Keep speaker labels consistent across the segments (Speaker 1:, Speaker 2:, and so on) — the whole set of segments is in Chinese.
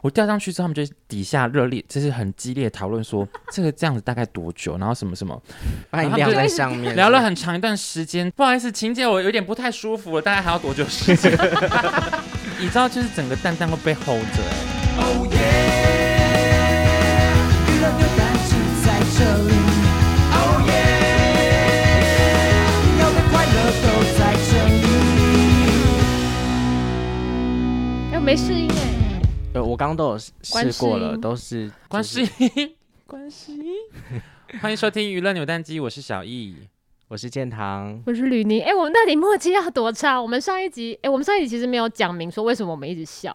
Speaker 1: 我调上去之后，他们就底下热烈，就是很激烈讨论 说这个这样子大概多久，然后什么什么，
Speaker 2: 把你
Speaker 1: 然后
Speaker 2: 晾
Speaker 1: 就
Speaker 2: 在上面，
Speaker 1: 聊了很长一段时间。不好意思，晴姐，我有点不太舒服了，大概还要多久时 间？你知道，就是整个蛋蛋会被 hold 着、欸，
Speaker 3: 娱乐牛蛋就在这里。Oh yeah，要的快乐都在这里。
Speaker 4: 哎，没适应哎，
Speaker 2: 呃，我刚刚都有试
Speaker 4: 观
Speaker 2: 试
Speaker 4: 世
Speaker 2: 过了，
Speaker 4: 音
Speaker 2: 都是
Speaker 1: 关
Speaker 2: 系。
Speaker 1: 系，关系。欢迎收听娱乐扭蛋机，我是小 E 易。
Speaker 2: 我是建堂，
Speaker 4: 我是吕宁。哎，我们到底默契要多差？我们上一集，哎，我们上一集其实没有讲明说为什么我们一直笑。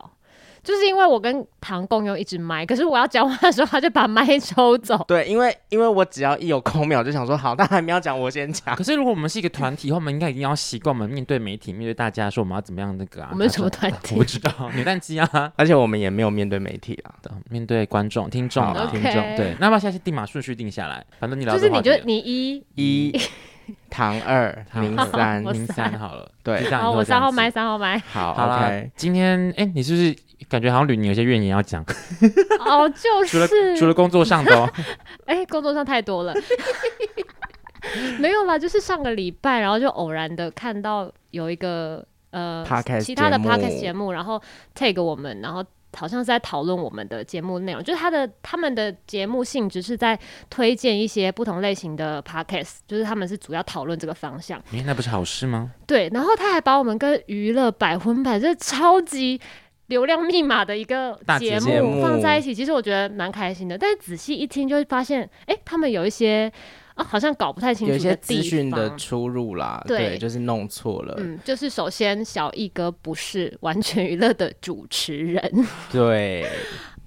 Speaker 4: 就是因为我跟唐共用一支麦，可是我要讲话的时候，他就把麦抽走。
Speaker 2: 对，因为因为我只要一有空秒就想说，好，那还没有讲，我先
Speaker 4: 啊
Speaker 2: 讲。
Speaker 1: 可是如果我们是一个团体的话，我们应该已经要习惯我们面对媒体、面对大家说我们要怎么样那个啊。
Speaker 4: 我们是什么团
Speaker 1: 我
Speaker 4: 体
Speaker 1: 不？知道，扭蛋机啊。
Speaker 2: 而且我们也没有面对媒体啊，
Speaker 1: 面对观众、听众啊、
Speaker 4: 好
Speaker 1: 听
Speaker 4: OK
Speaker 1: 众，对，那要不要现在定码顺序定下来？反正你聊
Speaker 4: 就
Speaker 1: 的
Speaker 4: 是你
Speaker 1: 话
Speaker 4: 就
Speaker 1: 题
Speaker 4: 你一，
Speaker 2: 一、唐二、
Speaker 1: 唐
Speaker 2: 零
Speaker 1: 二
Speaker 2: 三
Speaker 4: 我，
Speaker 1: 零三好了，
Speaker 2: 对
Speaker 1: 啊就这样
Speaker 4: 然后哦我三号。麦，
Speaker 1: 就这样子
Speaker 4: 三号麦，
Speaker 2: 好
Speaker 1: 好啦
Speaker 2: ，OK，
Speaker 1: 今天哎，你是不是感觉好像吕宁有些怨言要讲？
Speaker 4: 哦，就
Speaker 1: 除了除
Speaker 4: 是
Speaker 1: 了工作上的哦，
Speaker 4: 哎、工作上太多了。 没有啦，就是上个礼拜，然后就偶然的看到有一个呃
Speaker 2: Podcast
Speaker 4: 其他的
Speaker 2: 节目
Speaker 4: podcast 节目，然后 tag 我们，然后好像是在讨论我们的节目内容，就是他的他们的节目性质是在推荐一些不同类型的 podcast，就是他们是主要讨论这个方向。
Speaker 1: 诶那不是好事吗？
Speaker 4: 对，然后他还把我们跟娱乐百分百这超级流量密码的一个
Speaker 1: 大
Speaker 4: 节
Speaker 1: 节
Speaker 2: 目
Speaker 4: 目放在一起，其实我觉得蛮开心的。但是仔细一听，就会发现，哎，他们有一些啊，好像搞不太清
Speaker 2: 有一
Speaker 4: 楚
Speaker 2: 些
Speaker 4: 地
Speaker 2: 资讯的
Speaker 4: 方。
Speaker 2: 出入啦，
Speaker 4: 对
Speaker 2: 对，就是弄错了，
Speaker 4: 嗯，就是首先，小易哥不是完全娱乐的主持人，
Speaker 2: 对，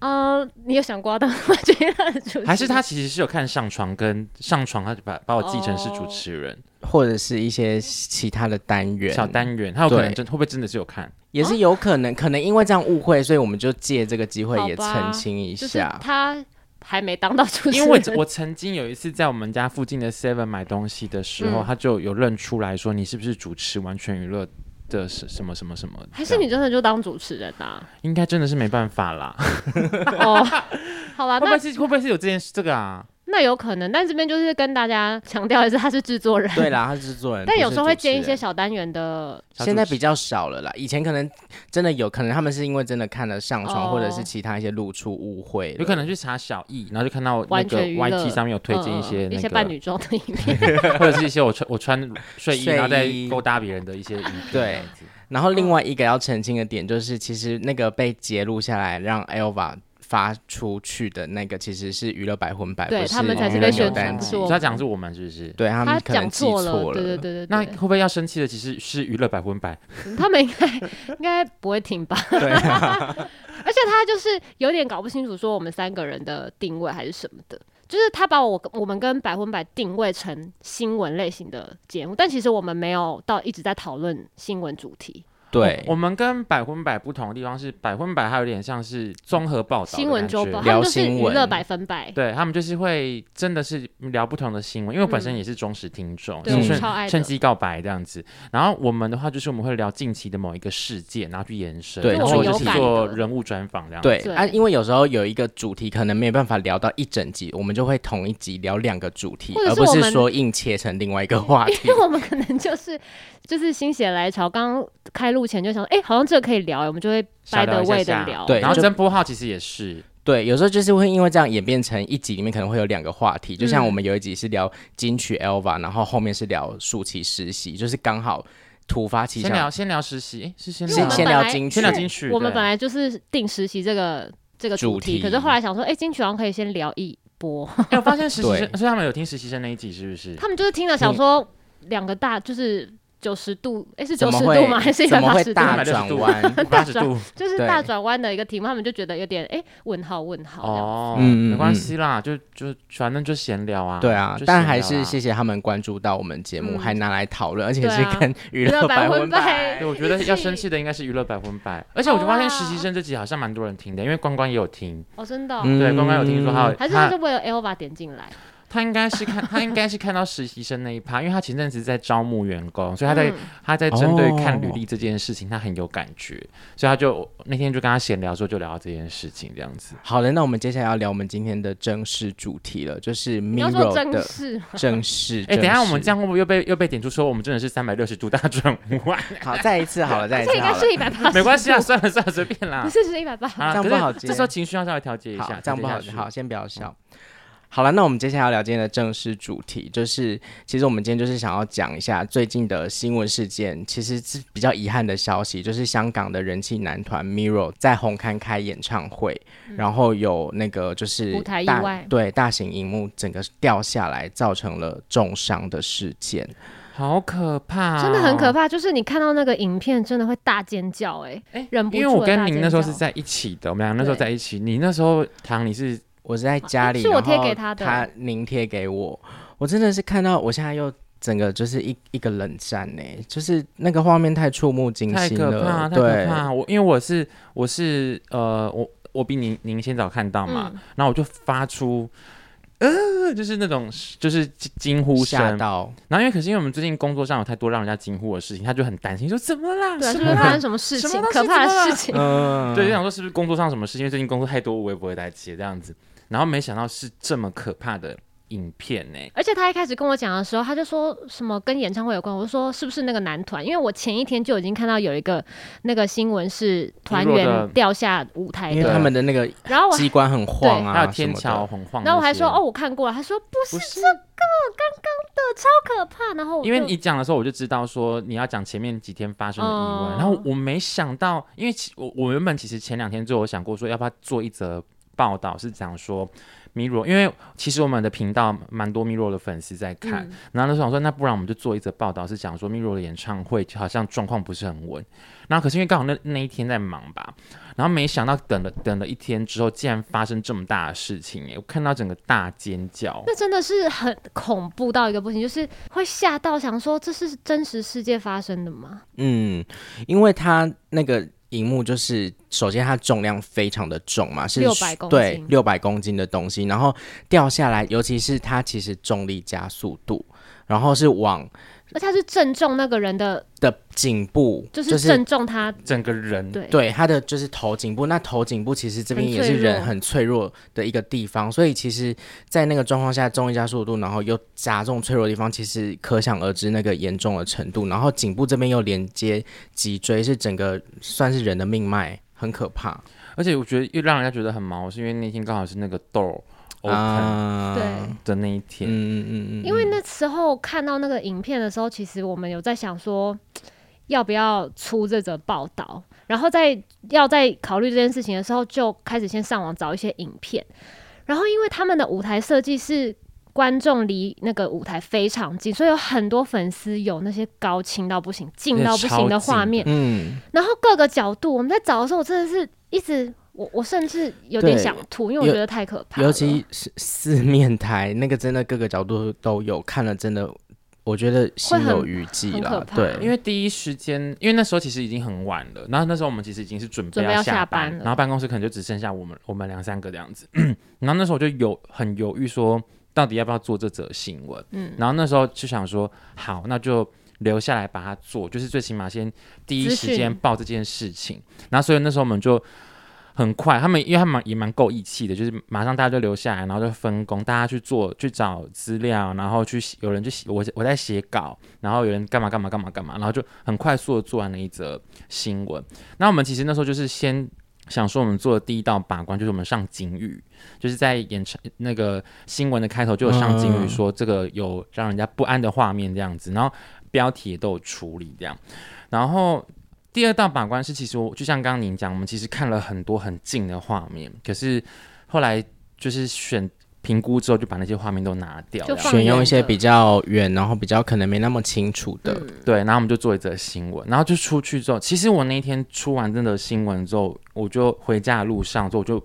Speaker 4: 呃，你有想过要当完全娱乐的主持人？
Speaker 1: 还是他其实是有看上床跟上床，他就把把我记成是主持人
Speaker 2: 或者是一些其他的单元，
Speaker 1: 小单元，他有可能
Speaker 2: 对
Speaker 1: 真会不会真的是有看？
Speaker 2: 也是有可能，可能因为这样误会，所以我们就借这个机会
Speaker 4: 好
Speaker 2: 也
Speaker 4: 吧
Speaker 2: 澄清一
Speaker 4: 就是
Speaker 2: 下。
Speaker 4: 他还没当到主持人，
Speaker 1: 因为我我曾经有一次在我们家附近的 Seven 买东西的时候，
Speaker 4: 嗯
Speaker 1: 他就有认出来说你是不是主持完全娱乐的什什么什么什么？
Speaker 4: 还
Speaker 1: 这
Speaker 4: 是
Speaker 1: 样
Speaker 4: 你真的就当主持人啊？
Speaker 1: 应该真的是没办法啦。
Speaker 4: 哦，好吧，
Speaker 1: 啊会不
Speaker 4: 那
Speaker 1: 会是会不会是有这件事这个啊？
Speaker 4: 那有可能，但这边就是跟大家强调一下，他是制作人。
Speaker 2: 对啦，他是制作人，
Speaker 4: 但
Speaker 2: 不
Speaker 4: 有
Speaker 2: 是
Speaker 4: 时候会
Speaker 2: 主持
Speaker 4: 接一些
Speaker 2: 人
Speaker 4: 小单元的，
Speaker 1: 小
Speaker 2: 现
Speaker 1: 主
Speaker 2: 在
Speaker 1: 持
Speaker 2: 比较少了啦，以前可能真的有可能他们是因为真的看了上床，
Speaker 4: 哦
Speaker 2: 或者是其他一些露出误会了，
Speaker 1: 有可能去查小易，然后就看到那
Speaker 4: 完
Speaker 1: 个
Speaker 4: 全娱乐
Speaker 1: YT 上面有推荐一些
Speaker 4: 嗯嗯
Speaker 1: 那
Speaker 4: 一
Speaker 1: 个，
Speaker 4: 些扮女装的影片。
Speaker 1: 或者是一些我穿我穿睡衣
Speaker 2: 睡衣
Speaker 1: 然后再勾搭别人的一些影片。
Speaker 2: 对
Speaker 1: 这样子，
Speaker 2: 然后另外一个要澄清的点就是，其实那个被截录下来让 Elva 发出去的那个，其实是娱乐百分百，
Speaker 4: 对
Speaker 2: 不是哦
Speaker 4: 他们才
Speaker 1: 是
Speaker 2: 娱
Speaker 1: 被
Speaker 2: 乐
Speaker 1: 宣
Speaker 2: 扭
Speaker 1: 传
Speaker 2: 蛋
Speaker 1: 的
Speaker 2: 机
Speaker 4: 是，我
Speaker 1: 所以他讲的是我们是不是？
Speaker 2: 对他们可能
Speaker 4: 讲
Speaker 2: 记
Speaker 4: 错
Speaker 2: 错
Speaker 4: 对对
Speaker 2: 了。
Speaker 4: 对对
Speaker 1: 那
Speaker 4: 对
Speaker 1: 会，不会要生气的其实是娱乐百分百？
Speaker 4: 他们应该应该不会停吧？
Speaker 2: 对啊，
Speaker 4: 而且他就是有点搞不清楚，说我们三个人的定位还是什么的。就是他把我跟我们跟百分百定位成新闻类型的节目，但其实我们没有到一直在讨论新闻主题。
Speaker 2: 对
Speaker 1: 我，我们跟百分百不同的地方是，百分百它有点像是综合报道的
Speaker 4: 新闻
Speaker 1: 感
Speaker 4: 周
Speaker 1: 觉
Speaker 4: 报，他
Speaker 2: 聊
Speaker 4: 们就是
Speaker 2: 新
Speaker 4: 娱
Speaker 2: 闻
Speaker 4: 乐百分百，
Speaker 1: 对他们就是会真的是聊不同的新闻，因为我本身
Speaker 4: 嗯
Speaker 1: 也是忠实听众，
Speaker 4: 对
Speaker 1: 就
Speaker 2: 我
Speaker 1: 是
Speaker 2: 们
Speaker 4: 超爱的
Speaker 1: 趁机告白这样子。然后我们的话就是我们会聊近期的某一个事件，然后去延伸，
Speaker 2: 对
Speaker 1: 然后
Speaker 2: 我们
Speaker 1: 就是
Speaker 2: 有感
Speaker 1: 做
Speaker 4: 的
Speaker 1: 人物专访这样子。
Speaker 2: 对
Speaker 4: 对
Speaker 2: 啊，因为有时候有一个主题可能没办法聊到一整集，我们就会同一集聊两个主题，
Speaker 4: 或者
Speaker 2: 而
Speaker 4: 是
Speaker 2: 不
Speaker 4: 我
Speaker 2: 是
Speaker 4: 们
Speaker 2: 说硬切成另外一个话题
Speaker 4: 因。为我们可能就是就是心血来潮，刚刚开录前就想说，哎、好像这个可以聊，我们就会
Speaker 1: 小
Speaker 4: 掰
Speaker 1: 聊
Speaker 4: 的
Speaker 1: 一下
Speaker 4: 位
Speaker 1: 下
Speaker 4: 的聊。
Speaker 2: 对
Speaker 1: 然后
Speaker 2: 就
Speaker 1: 真波号其实也是，
Speaker 2: 对，有时候就是会因为这样演变成一集里面可能会有两个话题，就像
Speaker 4: 嗯
Speaker 2: 我们有一集是聊金曲 Elva，然后后面是聊暑期实习，就是刚好突发奇
Speaker 1: 先
Speaker 2: 想
Speaker 1: 聊，先聊实习，诶，是先
Speaker 4: 因为
Speaker 2: 先
Speaker 4: 我们
Speaker 2: 先
Speaker 4: 本
Speaker 2: 聊
Speaker 4: 来
Speaker 2: 金曲
Speaker 1: 先，聊金曲，
Speaker 4: 我们
Speaker 1: 对
Speaker 4: 本来就是定实习这个这个
Speaker 2: 主
Speaker 4: 主题，
Speaker 2: 题
Speaker 4: 可是后来想说，哎、金曲好像可以先聊一波。
Speaker 1: 哎诶我发现实习生，
Speaker 2: 对
Speaker 1: 所以他们有听实习生那一集是不是？
Speaker 4: 他们就是听了
Speaker 1: 嗯
Speaker 4: 想说，两个大就是九十度，哎、是
Speaker 2: 怎
Speaker 4: 九
Speaker 2: 么
Speaker 4: 十
Speaker 2: 会
Speaker 4: 度吗？还是一
Speaker 2: 怎
Speaker 4: 百
Speaker 2: 么
Speaker 4: 八
Speaker 2: 会
Speaker 4: 十度？
Speaker 2: 大转 弯？
Speaker 1: 八十度
Speaker 4: 就是
Speaker 2: 对
Speaker 4: 大转弯的一个题目，他们就觉得有点哎、诶问号问号这样。
Speaker 1: 哦，
Speaker 2: 嗯嗯
Speaker 1: 没关系啦，就就反正就闲聊啊，
Speaker 2: 对啊
Speaker 1: 就，闲
Speaker 2: 但还
Speaker 1: 聊
Speaker 2: 是
Speaker 1: 啦
Speaker 2: 谢谢他们关注到我们节目，
Speaker 4: 嗯
Speaker 2: 还拿来讨论，而且
Speaker 4: 对
Speaker 2: 是
Speaker 4: 啊
Speaker 2: 跟娱
Speaker 4: 娱乐
Speaker 2: 乐
Speaker 4: 百
Speaker 2: 百
Speaker 4: 分
Speaker 2: 分
Speaker 4: 百
Speaker 2: 百
Speaker 1: 对，。我觉得要生气的应该是娱乐百分百，而且我就发现实习
Speaker 4: 哦
Speaker 1: 生这集好像蛮多人听的，因为关关也有听，
Speaker 4: 哦，真的哦、
Speaker 2: 嗯
Speaker 1: 对，关关有听说他有
Speaker 4: 还是他
Speaker 1: 他
Speaker 4: 是为了 Elva 点进来，
Speaker 1: 他他应该是看他应该是看到实习生那一趴，因为他前阵子在招募员工，所以他在、
Speaker 4: 嗯
Speaker 1: 他在针对看
Speaker 2: 哦
Speaker 1: 履历这件事情，他很有感觉，所以他就那天就跟他闲聊的时候就聊到这件事情，这样子。
Speaker 2: 好了，那我们接下来要聊我们今天的正式主题了，就是
Speaker 4: 你要说
Speaker 2: Miro
Speaker 4: 真
Speaker 2: 的
Speaker 4: 是
Speaker 2: 正式。
Speaker 1: 哎、等一下我们这样
Speaker 2: 样，
Speaker 1: 会不会又被又被点出说我们真的是三百六十度大转 弯？
Speaker 2: 好，再一次好了，再一
Speaker 4: 这
Speaker 2: 次
Speaker 4: 应
Speaker 2: 好
Speaker 4: 该
Speaker 2: 了，
Speaker 4: 是一百八，
Speaker 1: 没关系啊，算了算了，随便啦
Speaker 4: 不。是是一百八。
Speaker 1: 啊，
Speaker 2: 这样
Speaker 1: 可
Speaker 2: 不
Speaker 1: 是
Speaker 2: 好接
Speaker 1: 这时候情绪要稍微调节一下
Speaker 2: 好，，这样不好
Speaker 1: 调节一。下
Speaker 2: 好，先不要笑。好了，那我们接下来要聊今天的正式主题，就是其实我们今天就是想要讲一下最近的新闻事件，其实是比较遗憾的消息，就是香港的人气男团 Miro 在红磡开演唱会，然后有那个就是
Speaker 4: 舞台意
Speaker 2: 大
Speaker 4: 外
Speaker 2: 对大型荧幕整个掉下来，造成了重伤的事件。
Speaker 1: 好可怕、哦
Speaker 4: 真的很可
Speaker 1: 怕。
Speaker 4: 怕，就是你看到那个影片，真的会大尖叫、哎、
Speaker 1: 哎
Speaker 4: 忍不
Speaker 1: 因为
Speaker 4: 住
Speaker 1: 我
Speaker 4: 的大
Speaker 1: 跟
Speaker 4: 尖
Speaker 1: 您那时候
Speaker 4: 叫
Speaker 1: 是在一起的，我们俩那时候
Speaker 4: 对
Speaker 1: 在一起。你那时候唐你是
Speaker 2: 我是在家里，
Speaker 4: 啊是我
Speaker 2: 然后
Speaker 4: 贴给他的
Speaker 2: 他您贴给我，我真的是看到，我现在又整个就是一一个冷战呢、就是那个画面太触目惊
Speaker 1: 太
Speaker 2: 心
Speaker 1: 可怕，
Speaker 2: 了，
Speaker 1: 太可
Speaker 2: 对，
Speaker 1: 怕！我因为我是我是呃，我我比您您先早看到嘛，
Speaker 4: 嗯
Speaker 1: 然后我就发出。呃，就是那种就是惊惊呼声，
Speaker 2: 吓到，
Speaker 1: 然后因为可是因为我们最近工作上有太多让人家惊呼的事情，他就很担心，说怎么啦？
Speaker 4: 对
Speaker 1: 什
Speaker 4: 啊，是
Speaker 1: 么
Speaker 4: 不是
Speaker 1: 啦
Speaker 4: 发生什么事
Speaker 1: 什么
Speaker 4: 情？
Speaker 1: 东西
Speaker 4: 可怕
Speaker 1: 怎么
Speaker 4: 的
Speaker 1: 了
Speaker 4: 事情。
Speaker 2: 嗯，
Speaker 1: 对，就想说是不是工作上什么事情？因为最近工作太多，我也不会来接这样子。然后没想到是这么可怕的影片呢、
Speaker 4: 而且他一开始跟我讲的时候，他就说什么跟演唱会有关，我就说是不是那个男团？因为我前一天就已经看到有一个那个新闻是团
Speaker 1: 低落的
Speaker 4: 员掉下舞台
Speaker 2: 因为
Speaker 1: 对
Speaker 2: 他们的那个
Speaker 4: 然后我
Speaker 2: 机关很晃啊，
Speaker 1: 还有天
Speaker 2: 什么
Speaker 1: 桥
Speaker 2: 的，
Speaker 1: 红晃那些。
Speaker 4: 然后我还说哦，我看过了，他说不是
Speaker 1: 不是，
Speaker 4: 可怕，然后我
Speaker 1: 因为
Speaker 4: 哦就
Speaker 1: 你讲的时候我就知道说你要讲前面几天发生的意外，
Speaker 4: 嗯
Speaker 1: 然后我没想到，因为其我我原本其实前两天就有想过说要不要做一则报道，是讲说。米若，因为其实我们的频道蛮多米若的粉丝在看，
Speaker 4: 嗯
Speaker 1: 然后那时候想说，那不然我们就做一则报道，是讲说米若的演唱会好像状况不是很稳。然后可是因为刚好那那一天在忙吧，然后没想到等了等了一天之后，竟然发生这么大的事情、哎，我看到整个大尖叫。
Speaker 4: 那真的是很恐怖到一个不行，就是会吓到想说这是真实世界发生的吗？
Speaker 2: 嗯，因为他那个。荧幕就是，首先它重量非常的重嘛，是
Speaker 4: 600公斤
Speaker 2: 对六百公斤的东西，然后掉下来，尤其是它其实重力加速度，然后是往
Speaker 4: 而且他是正中那个人的，
Speaker 2: 的颈部，
Speaker 4: 就
Speaker 2: 就是
Speaker 4: 正中他，
Speaker 1: 整个人
Speaker 4: 对
Speaker 2: 对，它的就是头颈部，那头颈部其实这边
Speaker 4: 欸很
Speaker 2: 也
Speaker 4: 脆
Speaker 2: 是人
Speaker 4: 弱
Speaker 2: 很脆弱的一个地方，所以其实，在那个状况下，重力加速度，然后又砸中脆弱的地方，其实可想而知那个严重的程度。然后颈部这边又连接脊椎，是整个算是人的命脉，很可怕
Speaker 1: 而且我觉得又让人家觉得很毛，是因为那天刚好是那个豆 open
Speaker 2: 啊。
Speaker 4: 对，
Speaker 1: 的那一
Speaker 2: 嗯
Speaker 1: 天，
Speaker 2: 嗯嗯嗯，
Speaker 4: 因为那时候看到那个影片的时候，其实我们有在想说，要不要出这则报道，然后在要在考虑这件事情的时候，就开始先上网找一些影片，然后因为他们的舞台设计是。观众离那个舞台非常近，所以有很多粉丝有那些高清到不行、近到不行的画面，
Speaker 2: 嗯，
Speaker 4: 然后各个角度我们在找的时候，我真的是一直我我甚至有点
Speaker 2: 对
Speaker 4: 想吐，因为我
Speaker 2: 尤
Speaker 4: 觉得太可怕了。
Speaker 2: 尤其是四面台那个，真的各个角度都有，看了真的，我觉得心
Speaker 4: 很
Speaker 2: 有余悸
Speaker 4: 很可
Speaker 2: 了。
Speaker 4: 怕
Speaker 2: 对，
Speaker 1: 因为第一时间，因为那时候其实已经很晚了，然后那时候我们其实已经是准备
Speaker 4: 准备要
Speaker 1: 下
Speaker 4: 下班了
Speaker 1: 然后办公室可能就只剩下我们我们两三个这样子， 然后那时候我就有很犹豫说，到底要不要做这则新闻，
Speaker 4: 嗯
Speaker 1: 然后那时候就想说，好，那就。留下来把它做，就是最起码先第一
Speaker 4: 资
Speaker 1: 时间
Speaker 4: 讯
Speaker 1: 报这件事情。然后所以那时候我们就很快，他们因为他们也蛮够义气的，就是马上大家就留下来，然后就分工，大家去做去找资料，然后去写有人去写我我在写稿，然后有人干嘛干嘛干嘛干嘛，然后就很快速的做完了一则新闻。那我们其实那时候就是先。想说我们做的第一道把关就是我们上警语，就是在演唱那个新闻的开头就有上警语
Speaker 2: 嗯
Speaker 1: 说这个有让人家不安的画面这样子，然后标题也都有处理这样，然后第二道把关是，其实我就像刚刚您讲，我们其实看了很多很近的画面，可是后来就是选评估之后，就把那些画面都拿掉
Speaker 4: 就
Speaker 1: 了。
Speaker 4: 放
Speaker 2: 选用一些
Speaker 4: 远的
Speaker 2: 比较远，然后比较可能没那么清楚的，
Speaker 1: 对，然后我们就做一则新闻，然后就出去之后，其实我那天出完这则新闻之后，我就回家的路上之后，我就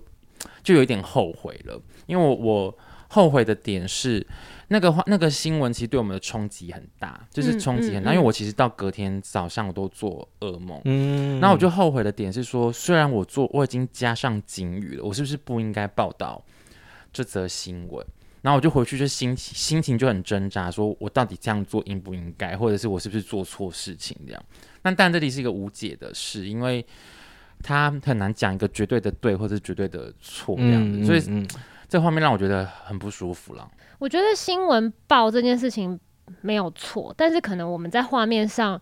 Speaker 1: 就有一点后悔了，因为我我后悔的点是那个话那个新闻其实对我们的冲击很大，就是
Speaker 4: 嗯
Speaker 1: 冲击很大，
Speaker 4: 嗯嗯
Speaker 1: 因为我其实到隔天早上我都做噩梦，
Speaker 2: 嗯，
Speaker 1: 那我就后悔的点是说，虽然我做我已经加上警语了，我是不是不应该报道这则新闻？然后我就回去就心情心情就很挣扎，说我到底这样做应不应该，或者是我是不是做错事情这样。那但这里是一个无解的事，因为他很难讲一个绝对的对或者是绝对的错这样子，
Speaker 2: 嗯，
Speaker 1: 所以
Speaker 2: 嗯
Speaker 1: 这画面让我觉得很不舒服了。
Speaker 4: 我觉得新闻报这件事情没有错，但是可能我们在画面上，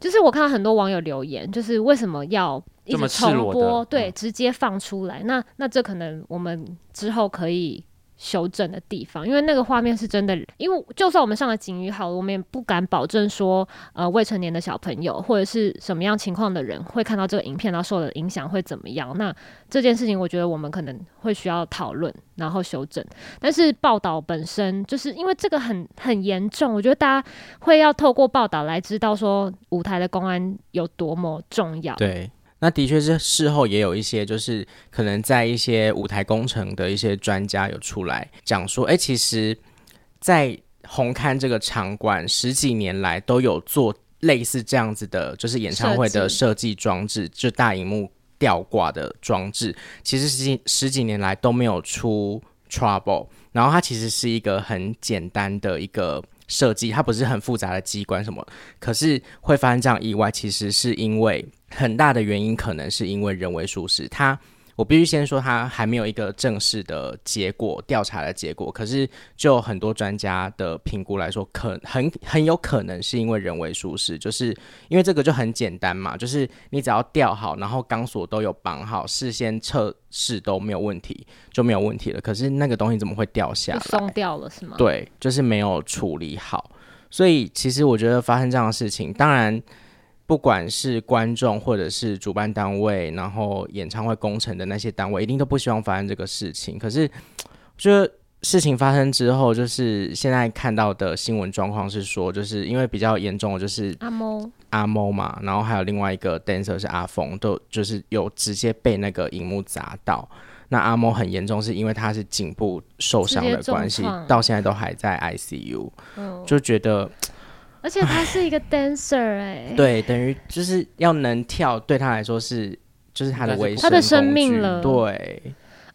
Speaker 4: 就是我看到很多网友留言，就是为什么要一
Speaker 1: 这么
Speaker 4: 直
Speaker 1: 赤
Speaker 4: 重
Speaker 1: 裸的
Speaker 4: 播，
Speaker 1: 嗯
Speaker 4: 对，直接放出来。那那这可能我们之后可以。修正的地方，因为那个画面是真的，因为就算我们上了警语好了，我们也不敢保证说，呃，未成年的小朋友或者是什么样情况的人会看到这个影片，然后受的影响会怎么样。那这件事情，我觉得我们可能会需要讨论，然后修正。但是报道本身就是因为这个很很严重，我觉得大家会要透过报道来知道说舞台的公安有多么重要。
Speaker 2: 对，啊那的确是事后也有一些，就是可能在一些舞台工程的一些专家有出来讲说，哎、其实，在红磡这个场馆十几年来都有做类似这样子的，就是演唱会的设计装置，就大荧幕吊挂的装置，其实十几十几年来都没有出 trouble。然后它其实是一个很简单的一个设计，它不是很复杂的机关什么，可是会发生这样意外，其实是因为很大的原因，可能是因为人为疏失。它我必须先说，它还没有一个正式的结果，调查的结果。可是就很多专家的评估来说，可很很有可能 是因为人为疏失，就是因为这个就很简单嘛，就是你只要吊好，然后钢索都有绑好，事先测试都没有问题，就没有问题了。可是那个东西怎么会掉下
Speaker 4: 就
Speaker 2: 来？
Speaker 4: 松掉了是吗？，
Speaker 2: 啊对，就是没有处理好。所以其实我觉得发生这样的事情，当然不管是观众或者是主办单位，然后演唱会工程的那些单位，一定都不希望发生这个事情。可是，我觉得事情发生之后，就是现在看到的新闻状况是说，就是因为比较严重的就是
Speaker 4: 阿猫
Speaker 2: 阿猫嘛，然后还有另外一个 dancer 是阿峰，都就是有直接被那个荧幕砸到。那阿猫很严重，是因为他是颈部受伤的关
Speaker 4: 直
Speaker 2: 系
Speaker 4: 接重创，
Speaker 2: 到现在都还在 ICU，、就觉得
Speaker 4: 嗯而且他是一个 dancer 哎、
Speaker 2: 对，等于就是要能跳，对他来说是就是他的
Speaker 1: 应该是
Speaker 2: 危
Speaker 1: 不
Speaker 2: 险，
Speaker 4: 他的生命了
Speaker 2: 对，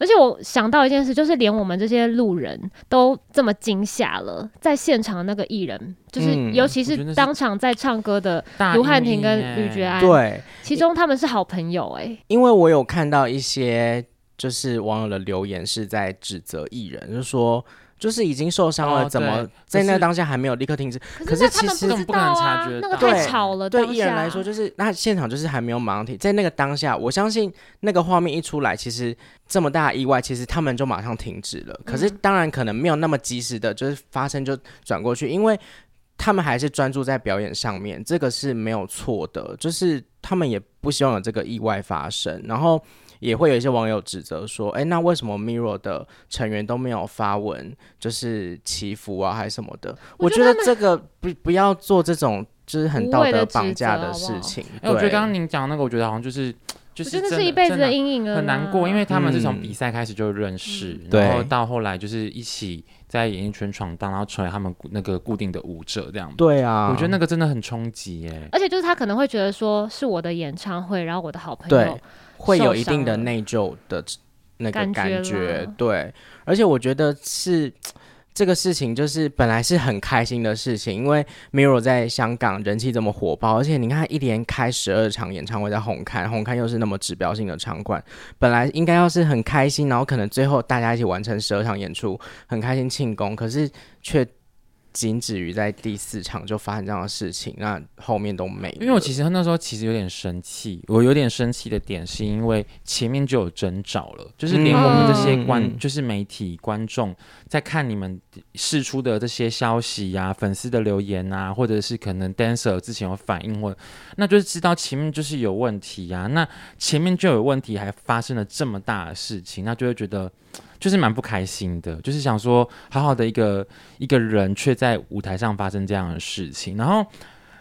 Speaker 4: 而且我想到一件事，就是连我们这些路人都这么惊吓了，在现场那个艺人，就是
Speaker 2: 嗯
Speaker 4: 尤其
Speaker 1: 我觉得那
Speaker 4: 是
Speaker 1: 是
Speaker 4: 当场在唱歌的
Speaker 1: 大欸
Speaker 4: 卢汉廷跟
Speaker 1: 阴影
Speaker 4: 吕觉
Speaker 1: 耶
Speaker 4: 安，，
Speaker 2: 对，
Speaker 4: 其中他们是好朋友哎、
Speaker 2: 因为我有看到一些就是网友的留言是在指责艺人，就是说就是已经受伤了，
Speaker 1: 哦
Speaker 2: 怎么
Speaker 1: 对
Speaker 2: 在
Speaker 1: 可
Speaker 2: 那
Speaker 1: 是
Speaker 2: 当下还没有立刻停止？可是
Speaker 4: 可是那
Speaker 2: 其
Speaker 4: 他们
Speaker 2: 实
Speaker 4: 不知
Speaker 1: 根本不可
Speaker 4: 道啊
Speaker 1: 能察觉，到
Speaker 4: 那个太吵了，
Speaker 2: 对
Speaker 4: 当
Speaker 2: 艺人
Speaker 4: 下
Speaker 2: 来说，就是那现场就是还没有忙停，在那个当下，我相信那个画面一出来，其实这么大的意外，其实他们就马上停止了。可
Speaker 4: 嗯
Speaker 2: 是当然可能没有那么及时的，就是发生就转过去，因为他们还是专注在表演上面，这个是没有错的，就是他们也不希望有这个意外发生，然后。也会有一些网友指责说，哎，那为什么 Miro 的成员都没有发文，就是祈福啊，还是什么的？我
Speaker 4: 我
Speaker 2: 觉
Speaker 4: 觉
Speaker 2: 得
Speaker 4: 得
Speaker 2: 这个不不要做这种就是很道德绑架的事情。
Speaker 1: 哎、我觉得
Speaker 2: 对
Speaker 1: 刚刚您讲那个，我觉得好像就是就
Speaker 4: 我
Speaker 1: 是
Speaker 4: 觉得
Speaker 1: 真
Speaker 4: 是一辈子
Speaker 1: 真
Speaker 4: 的阴影了啦，
Speaker 1: 很难过，因为他们是从
Speaker 2: 嗯
Speaker 1: 比赛开始就认识，
Speaker 2: 对
Speaker 1: 然后到后来就是一起在演艺圈闯荡，然后成为他们固那个固定的舞者这样。
Speaker 2: 对啊，
Speaker 1: 我觉得那个真的很冲击耶。
Speaker 4: 而且就是他可能会觉得说是我的演唱会，然后我的好朋
Speaker 2: 对
Speaker 4: 友，
Speaker 2: 会有一
Speaker 4: 受伤
Speaker 2: 定的
Speaker 4: 了
Speaker 2: 内疚的那个
Speaker 4: 感觉
Speaker 2: 感觉
Speaker 4: 啦，
Speaker 2: 对，而且我觉得是。这个事情就是本来是很开心的事情，因为 Miro 在香港人气这么火爆，而且你看他一连开十二场演唱会在红磡，红磡又是那么指标性的场馆，本来应该要是很开心，然后可能最后大家一起完成十二场演出，很开心庆功，可是却仅止于在第四场就发生这样的事情，那后面都没了。
Speaker 1: 因为我其实那时候其实有点生气，我有点生气的点是因为前面就有征兆了，就是连我们这些观，
Speaker 2: 嗯
Speaker 1: 就是媒体观众在看你们释出的这些消息呀、粉丝的留言啊，或者是可能 dancer 之前有反应或，那就是知道前面就是有问题呀、那前面就有问题，还发生了这么大的事情，那就会觉得。就是蛮不开心的，就是想说，好好的一个一个人，却在舞台上发生这样的事情，然后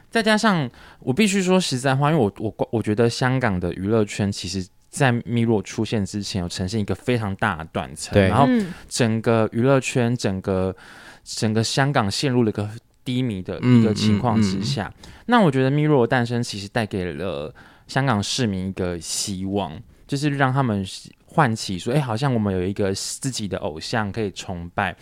Speaker 1: 再加上我必须说实在话，因为我我我觉得香港的娱乐圈其实。在 Miro 出现之前，有呈现一个非常大的断层，
Speaker 2: 对
Speaker 1: 然后
Speaker 4: 嗯，
Speaker 1: 整个娱乐圈、整个整个香港陷入了一个低迷的
Speaker 2: 嗯
Speaker 1: 一个情况之下。那我觉得 Miro 的诞生其实带给了香港市民一个希望，就是让他们唤起说，哎、好像我们有一个自己的偶像可以崇拜。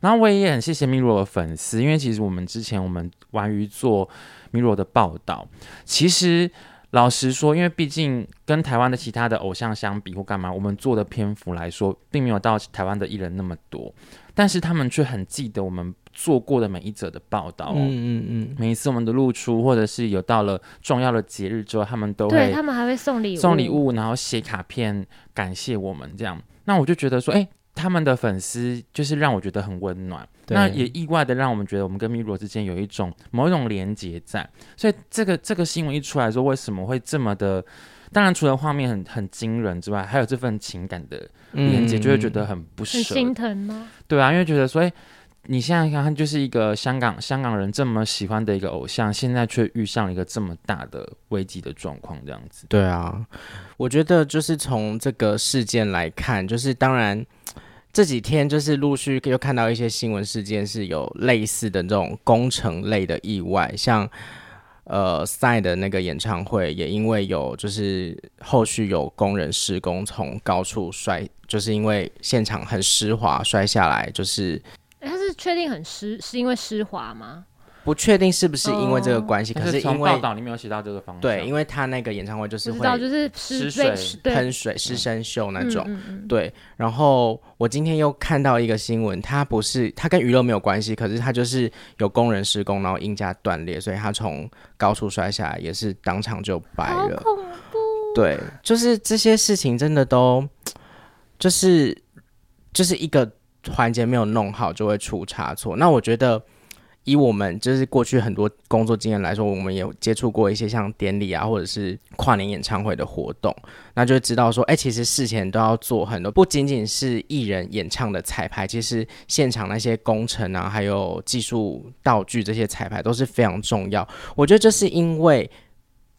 Speaker 1: 然后我也很谢谢米罗的粉丝，因为其实我们之前我们玩于做米罗的报道，其实老实说，因为毕竟跟台湾的其他的偶像相比或干嘛，我们做的篇幅来说，并没有到台湾的艺人那么多，但是他们却很记得我们做过的每一则的报道、哦。
Speaker 2: 嗯嗯
Speaker 1: 每一次我们的露出，或者是有到了重要的节日之后，他们都
Speaker 4: 对
Speaker 1: 会
Speaker 4: 他们还会送礼物，
Speaker 1: 送礼，物，然后写卡片感谢我们这样。那我就觉得说，哎、他们的粉丝就是让我觉得很温暖，
Speaker 2: 对
Speaker 1: 那也意外的让我们觉得我们跟米罗之间有一种某一种连结在。所以这个这个新闻一出来说，为什么会这么的？当然，除了画面很很惊人之外，还有这份情感的
Speaker 2: 嗯，
Speaker 1: 连接，就会觉得很不
Speaker 4: 很
Speaker 1: 舍。
Speaker 4: 心疼吗？
Speaker 1: 对啊，因为觉得说，哎、你现在看，他就是一个香港香港人这么喜欢的一个偶像，现在却遇上了一个这么大的危机的状况，这样子。
Speaker 2: 对啊，我觉得就是从这个事件来看，就是当然这几天就是陆续又看到一些新闻事件是有类似的这种工程类的意外，像呃赛的那个演唱会也因为有就是后续有工人施工从高处摔，就是因为现场很湿滑摔下来，就是
Speaker 4: 诶他是确定很湿，是因为湿滑吗？
Speaker 2: 不确定是不是因为这个
Speaker 4: 哦
Speaker 2: 关系，可
Speaker 1: 但是
Speaker 2: 因
Speaker 1: 从
Speaker 2: 为
Speaker 1: 报道里面有写到这个方向，
Speaker 2: 对，因
Speaker 1: 为
Speaker 2: 为他那个演唱会就是
Speaker 4: 不
Speaker 2: 会
Speaker 4: 知道，就是湿
Speaker 1: 湿
Speaker 4: 被
Speaker 1: 水
Speaker 4: 湿对
Speaker 2: 喷水师生秀那种。
Speaker 4: 嗯嗯嗯
Speaker 2: 对，然后我今天又看到一个新闻，它不是它跟娱乐没有关系，可是它就是有工人施工，然后硬架断裂，所以它从高处摔下来，也是当场就掰
Speaker 4: 好
Speaker 2: 了。
Speaker 4: 恐怖，
Speaker 2: 对，就是这些事情真的都，就是就是一个环节没有弄好就会出差错。那我觉得，以我们就是过去很多工作经验来说，我们也有接触过一些像典礼啊，或者是跨年演唱会的活动，那就会知道说，哎、其实事前都要做很多，不仅仅是艺人演唱的彩排，其实现场那些工程啊，还有技术道具这些彩排都是非常重要。我觉得这是因为。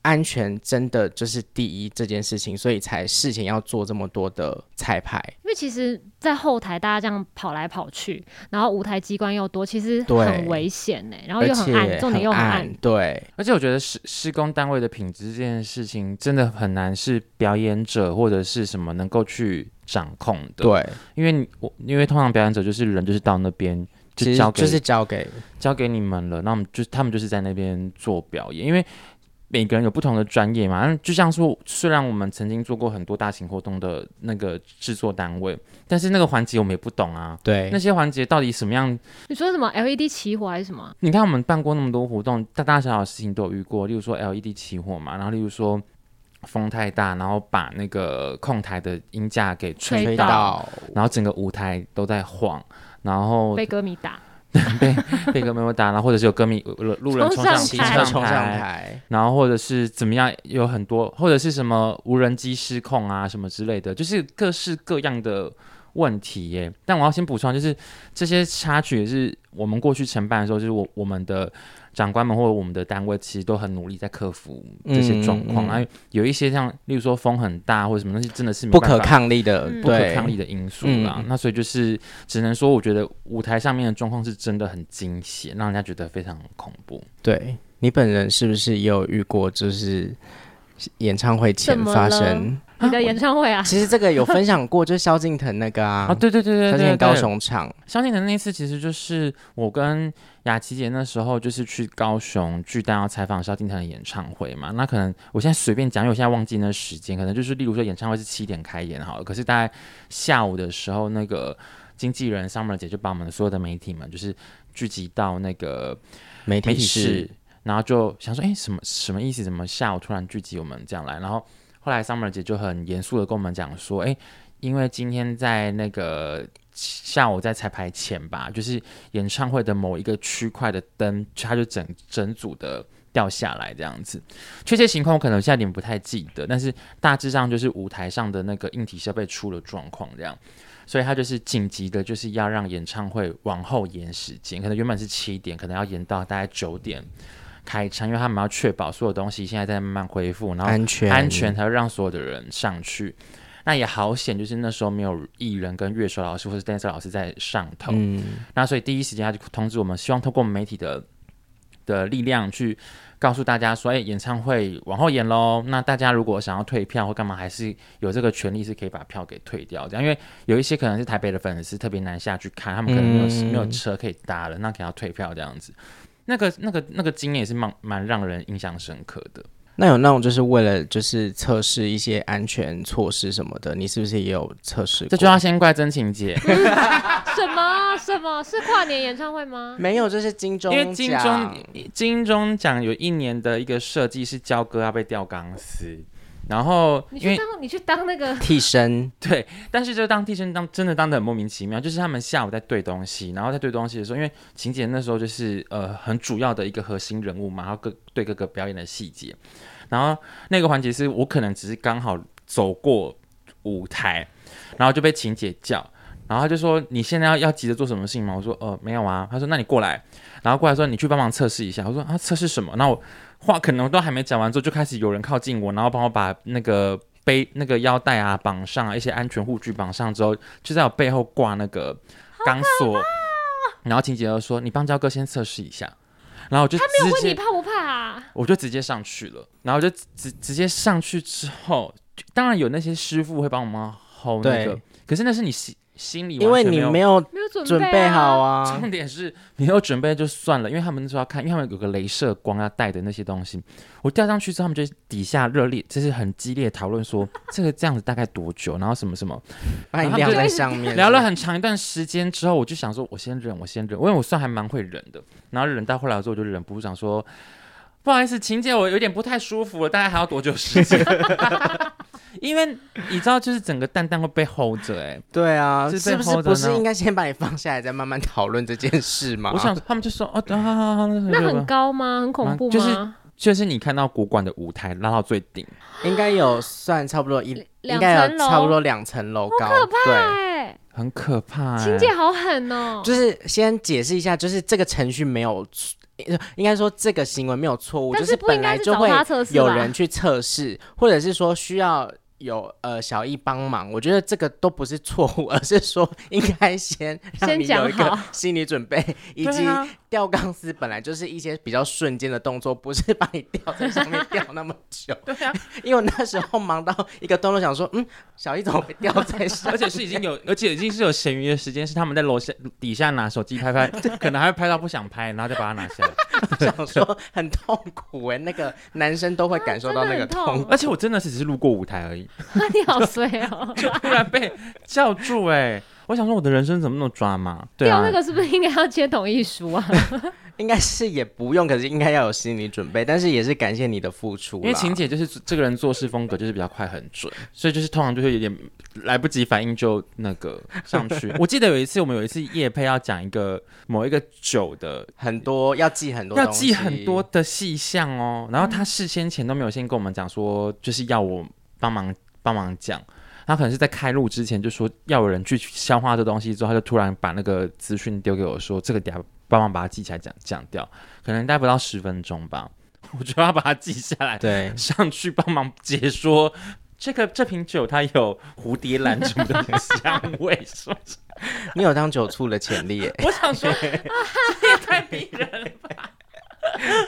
Speaker 2: 安全真的就是第一这件事情，所以才事前要做这么多的彩排。
Speaker 4: 因为其实，在后台大家这样跑来跑去，然后舞台机关又多，其实
Speaker 2: 对
Speaker 4: 很危险呢、然后
Speaker 2: 而
Speaker 4: 又
Speaker 2: 且
Speaker 4: 很暗，重点又很
Speaker 2: 暗，对，
Speaker 1: 而且我觉得施施工单位的品质这件事情真的很难是表演者或者是什么能够去掌控的，，
Speaker 2: 对，
Speaker 1: 因为你我因为通常表演者就是人就是到那边
Speaker 2: 其
Speaker 1: 就
Speaker 2: 实
Speaker 1: 交给
Speaker 2: 就是交给
Speaker 1: 交给你们了，那我们就他们就是在那边做表演，因为每个人有不同的专业嘛。那就像说，虽然我们曾经做过很多大型活动的那个制作单位，但是那个环节我们也不懂啊。
Speaker 2: 对
Speaker 1: 那些环节到底什么样？
Speaker 4: 你说什么 LED 起火还是什么？
Speaker 1: 你看我们办过那么多活动，大大小小的事情都有遇过，例如说 LED 起火嘛，然后例如说风太大，然后把那个控台的音架给吹
Speaker 4: 吹
Speaker 2: 吹
Speaker 4: 到
Speaker 2: 到
Speaker 1: 然后整个舞台都在晃，然后
Speaker 4: 被歌迷打，
Speaker 1: 被歌迷会打，然后或者是有歌迷呃路人
Speaker 4: 冲
Speaker 1: 冲上
Speaker 4: 上
Speaker 1: 骑
Speaker 4: 台
Speaker 2: 车
Speaker 1: 上
Speaker 2: 冲上
Speaker 1: 台。
Speaker 2: 台，
Speaker 1: 然后或者是怎么样，有很多或者是什么无人机失控啊什么之类的，就是各式各样的问题耶。但我要先补充，就是这些插曲也是我们过去承办的时候，就是我我们的长官们或者我们的单位其实都很努力在克服这些状况，
Speaker 2: 嗯嗯嗯
Speaker 1: 然后有一些像例如说风很大或者什么东西，真的是没
Speaker 2: 不
Speaker 1: 办
Speaker 2: 可
Speaker 1: 法
Speaker 2: 抗力的，
Speaker 4: 嗯
Speaker 1: 不可
Speaker 2: 对
Speaker 1: 抗力的因素啦。
Speaker 2: 嗯
Speaker 1: 那所以就是只能说，我觉得舞台上面的状况是真的很惊险，让人家觉得非常恐怖。
Speaker 2: 对。你本人是不是也有遇过，就是演唱会前
Speaker 4: 怎么
Speaker 2: 发
Speaker 4: 了
Speaker 2: 生？
Speaker 4: 你的演唱会啊，
Speaker 2: 其实这个有分享过，就是萧敬腾那个啊，
Speaker 1: 啊，对对对对
Speaker 2: 萧
Speaker 1: 对
Speaker 2: 敬
Speaker 1: 对，
Speaker 2: 腾高雄场，
Speaker 1: 萧敬腾那一次其实就是我跟雅琪姐那时候就是去高雄巨蛋要采访萧敬腾的演唱会嘛，那可能我现在随便讲，因为我现在忘记那时间，可能就是例如说演唱会是七点开演好了，可是大概下午的时候，那个经纪人 Summer 姐就把我们所有的媒体们就是聚集到那个
Speaker 2: 媒
Speaker 1: 媒
Speaker 2: 体
Speaker 1: 体
Speaker 2: 室
Speaker 1: 室，，然后就想说，哎、什么什么意思？怎么下午突然聚集我们这样来？然后后来 Summer 姐就很严肃的跟我们讲说，哎、因为今天在那个下午在彩排前吧，就是演唱会的某一个区块的灯，它就整整组的。掉下来这样子，确切情况我可能现在有点不太记得，但是大致上就是舞台上的那个硬体设备出了状况这样，所以他就是紧急的，就是要让演唱会往后延时间，可能原本是七点，可能要延到大概九点开场，因为他们要确保所有东西现在在慢慢恢复，然后
Speaker 2: 安全
Speaker 1: 安全，才会让所有的人上去。那也好险，就是那时候没有艺人跟乐手老师或是 dancer 老师在上头，
Speaker 2: 嗯，
Speaker 1: 那所以第一时间他就通知我们，希望透过媒体的的力量去告诉大家说，哎、演唱会往后延喽。那大家如果想要退票或干嘛，还是有这个权利是可以把票给退掉这样，因为有一些可能是台北的粉丝特别难下去看，他们可能没有、
Speaker 2: 嗯
Speaker 1: 没有车可以搭了，那可能要退票这样子。那个、那个、那个经验也是蛮蛮让人印象深刻的。
Speaker 2: 那有那种就是为了就是测试一些安全措施什么的，你是不是也有测试过？
Speaker 1: 这就要先怪真情姐，
Speaker 4: 什么什么是跨年演唱会吗？
Speaker 2: 没有，这是金钟
Speaker 1: 因为
Speaker 2: 奖，
Speaker 1: 金钟金钟奖有一年的一个设计是焦哥要被吊钢丝，然后
Speaker 4: 你
Speaker 1: 因
Speaker 4: 去
Speaker 1: 为
Speaker 4: 当你去当那个
Speaker 2: 替身，
Speaker 1: 对，但是就当替身当真的当的很莫名其妙，就是他们下午在对东西，然后在对东西的时候，因为晴姐那时候就是呃很主要的一个核心人物嘛，然后各对各个表演的细节，然后那个环节是我可能只是刚好走过舞台，然后就被晴姐叫。然后她就说你现在要要急着做什么事情吗？我说呃没有啊。她说那你过来，然后过来说你去帮忙测试一下。我说啊测试什么？那我话可能都还没讲完之后，就开始有人靠近我，然后帮我把那个背那个腰带啊绑上啊，一些安全护具绑上之后，就在我背后挂那个钢索。
Speaker 4: 啊
Speaker 1: 然后秦姐就说：“你帮焦哥先测试一下。”然后我就
Speaker 4: 他没有
Speaker 1: 直
Speaker 4: 问
Speaker 1: 接，
Speaker 4: 你怕不怕啊？
Speaker 1: 我就直接上去了。然后就直直接上去之后，就当然有那些师傅会帮我们 hold 那个
Speaker 2: 对，
Speaker 1: 可是那是你心心里
Speaker 2: 因为
Speaker 1: 完全
Speaker 2: 你
Speaker 1: 没
Speaker 2: 没
Speaker 1: 有。
Speaker 2: 有
Speaker 4: 没有准
Speaker 2: 准备
Speaker 4: 备
Speaker 2: 好。啊。
Speaker 1: 重点是没有准备就算了，因为他们那时候要看，因为他们有个镭射光要带的那些东西，我吊上去之后，他们就底下热烈，就是很激烈讨论说这个这样子大概多久，然后什么什么，
Speaker 2: 把你晾在上面，
Speaker 1: 聊了很长一段时间之后，我就想说，我先忍，我先忍，因为我算还蛮会忍的。然后忍到后来之后，我就忍不住想说，不好意思，晴姐，我有点不太舒服了，大概还要多久时间？因为你知道，就是整个蛋蛋会被 hold 着、欸，
Speaker 2: 对啊，
Speaker 1: 就是
Speaker 2: 是
Speaker 1: 被
Speaker 2: 不是
Speaker 1: hold 着
Speaker 2: 不是
Speaker 1: 呢
Speaker 2: 应该先把你放下来，再慢慢讨论这件事吗？
Speaker 1: 我想他们就说，哦，对好好好，
Speaker 4: 那
Speaker 1: 那
Speaker 4: 很
Speaker 1: 个
Speaker 4: 高吗？很恐怖吗？
Speaker 1: 就是就是你看到国馆的舞台拉到最顶，
Speaker 2: 应该有算差不多一，
Speaker 4: 两
Speaker 2: 应该有
Speaker 4: 层楼
Speaker 2: 差不多两层楼高，对。
Speaker 4: 哎，
Speaker 1: 很可怕、欸。
Speaker 4: 晴姐好狠哦！
Speaker 2: 哎就是先解释一下，就是这个程序没有错，应该说这个行为没有错误，
Speaker 4: 但
Speaker 2: 就是是
Speaker 4: 不应
Speaker 2: 本
Speaker 4: 该
Speaker 2: 来
Speaker 4: 是
Speaker 2: 就
Speaker 4: 找
Speaker 2: 会
Speaker 4: 他测试吧
Speaker 2: 有人去测试，或者是说需要有呃小易帮忙，我觉得这个都不是错误，而是说应该先让
Speaker 4: 先
Speaker 2: 你有
Speaker 4: 讲
Speaker 2: 一个
Speaker 4: 好
Speaker 2: 心理准 备，以及
Speaker 1: 对啊
Speaker 2: 吊钢丝本来就是一些比较瞬间的动作，不是把你吊在上面吊那么 久。对啊，因为我那时候忙到一个动作，想说嗯，小易怎么被吊在上
Speaker 1: 而且是已经有，而且已经是有闲余的时间，是他们在楼下底下拿手机拍拍，可能还会拍到不想拍，然后再把它拿下来。
Speaker 2: 想说很痛苦哎、那个男生都会感受到那个
Speaker 4: 真的
Speaker 2: 痛
Speaker 4: 很痛
Speaker 1: 而且我真的是只是路过舞台而已，
Speaker 4: 你好衰哦！
Speaker 1: 就 突然被叫住哎、我想说我的人生怎么那么抓嘛？对
Speaker 4: 掉
Speaker 1: 啊
Speaker 4: 那，个是不是应该要签同意 书啊？
Speaker 2: 应该是也不用，可是应该要有心理准备，但是也是感谢你的付出啦，
Speaker 1: 因为晴姐就是这个人做事风格就是比较快很准，所以就是通常就会有点来不及反应就那个上 去。我记得有一次我们有一次夜配要讲一个某一个酒的。
Speaker 2: 很多要记很多，
Speaker 1: 要记很多，的细项哦，然后他事先前都没有先跟我们讲说，就是要我帮忙帮忙讲，他可能是在开录之前就说要有人去消化这东西之后，他就突然把那个资讯丢给我说，这个等下帮忙把它记起来讲讲掉，可能大概不到十分钟吧， 我就要把它记下来，，
Speaker 2: 对
Speaker 1: 上去帮忙解说。这个这瓶酒它有蝴蝶兰什么的 香味，是不是？
Speaker 2: 你有当酒醋的潜 力、欸，
Speaker 1: 我想说，啊这也太逼人了吧！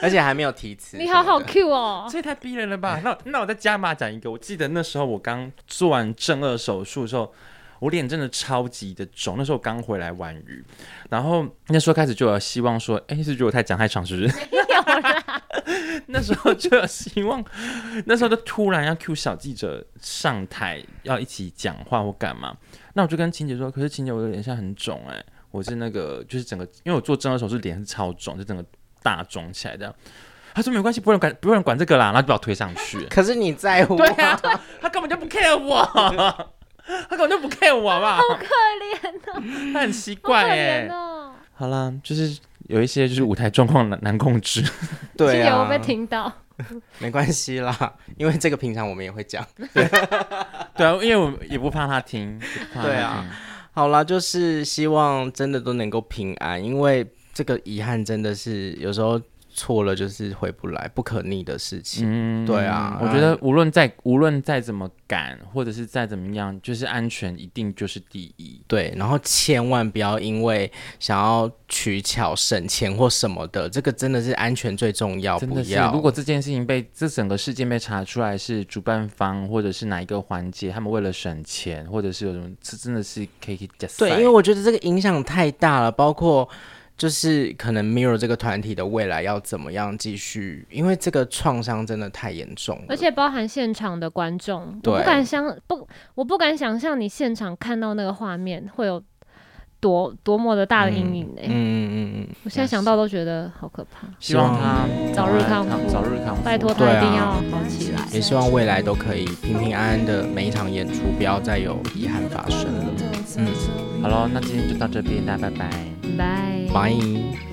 Speaker 2: 而且还没有提词，
Speaker 4: 你好好 Q 哦！
Speaker 1: 这也太逼人了吧？那那我再加码讲一个，我记得那时候我刚做完正颚手术的时候，我脸真的超级的肿。那时候刚回来玩鱼，然后那时候开始就有希望说，哎，是觉得我太讲太长是不是？ 那时候就有希望，那时候就突然要 Q 小记者上台要一起讲话或干嘛，那我就跟晴姐说，可是晴姐我的脸现在很肿哎、我是那个就是整个，因为我做正颌手术脸是超肿，就整个大肿起来的。他说没关系，不用管，不用管这个啦，然后就把我推上去。
Speaker 2: 可是你在乎，
Speaker 1: 对啊，他根本就不 care 我， 他根本就不 care 我，好不好？
Speaker 4: 可怜 哦，
Speaker 1: 他很奇
Speaker 4: 好可
Speaker 1: 怪哎、
Speaker 4: 怜哦！
Speaker 1: 好啦，就是有一些就是舞台状况难难控制。
Speaker 4: 晴
Speaker 2: 对
Speaker 4: 姐
Speaker 2: 啊，
Speaker 4: 会被听到，
Speaker 2: 没关系啦，因为这个平常我们也会讲。
Speaker 1: 对啊，因为我也不怕他听。也不怕他
Speaker 2: 对啊好啦，就是希望真的都能够平安，因为这个遗憾真的是有时候错了就是回不来，不可逆的事情。
Speaker 1: 嗯
Speaker 2: 对啊
Speaker 1: 我觉得无论再无论再怎么赶，或者是再怎么样，就是安全一定就是第一。
Speaker 2: 对，然后千万不要因为想要取巧省钱或什么的，这个真的是安全最重要，
Speaker 1: 真
Speaker 2: 不
Speaker 1: 的是
Speaker 2: 要。，
Speaker 1: 哦如果这件事情被这整个事件被查出来是主办方或者是哪一个环节，他们为了省钱，或者是有什么，这真的是可以假
Speaker 2: 对，因为我觉得这个影响太大了，包括就是可能 Mirror 这个团体的未来要怎么样继续，因为这个创伤真的太严重了。
Speaker 4: 而且包含现场的观众，
Speaker 2: 嗯对
Speaker 4: 我不敢想不，我不敢想象你现场看到那个画面会有多多么的大的阴影哎、
Speaker 2: 嗯，嗯嗯嗯
Speaker 4: 我现在想到都觉得好可怕。
Speaker 1: 希望他
Speaker 4: 早日康复
Speaker 1: 赶快早日康复，
Speaker 4: 拜托他
Speaker 2: 对
Speaker 4: 一定要
Speaker 2: 啊
Speaker 4: 好起来。
Speaker 2: 嗯，也希望未来都可以平平安安的每一场演出，不要再有遗憾发生了。
Speaker 1: 好喽，那今天就到这边，大家拜拜。
Speaker 4: 拜。
Speaker 2: 拜。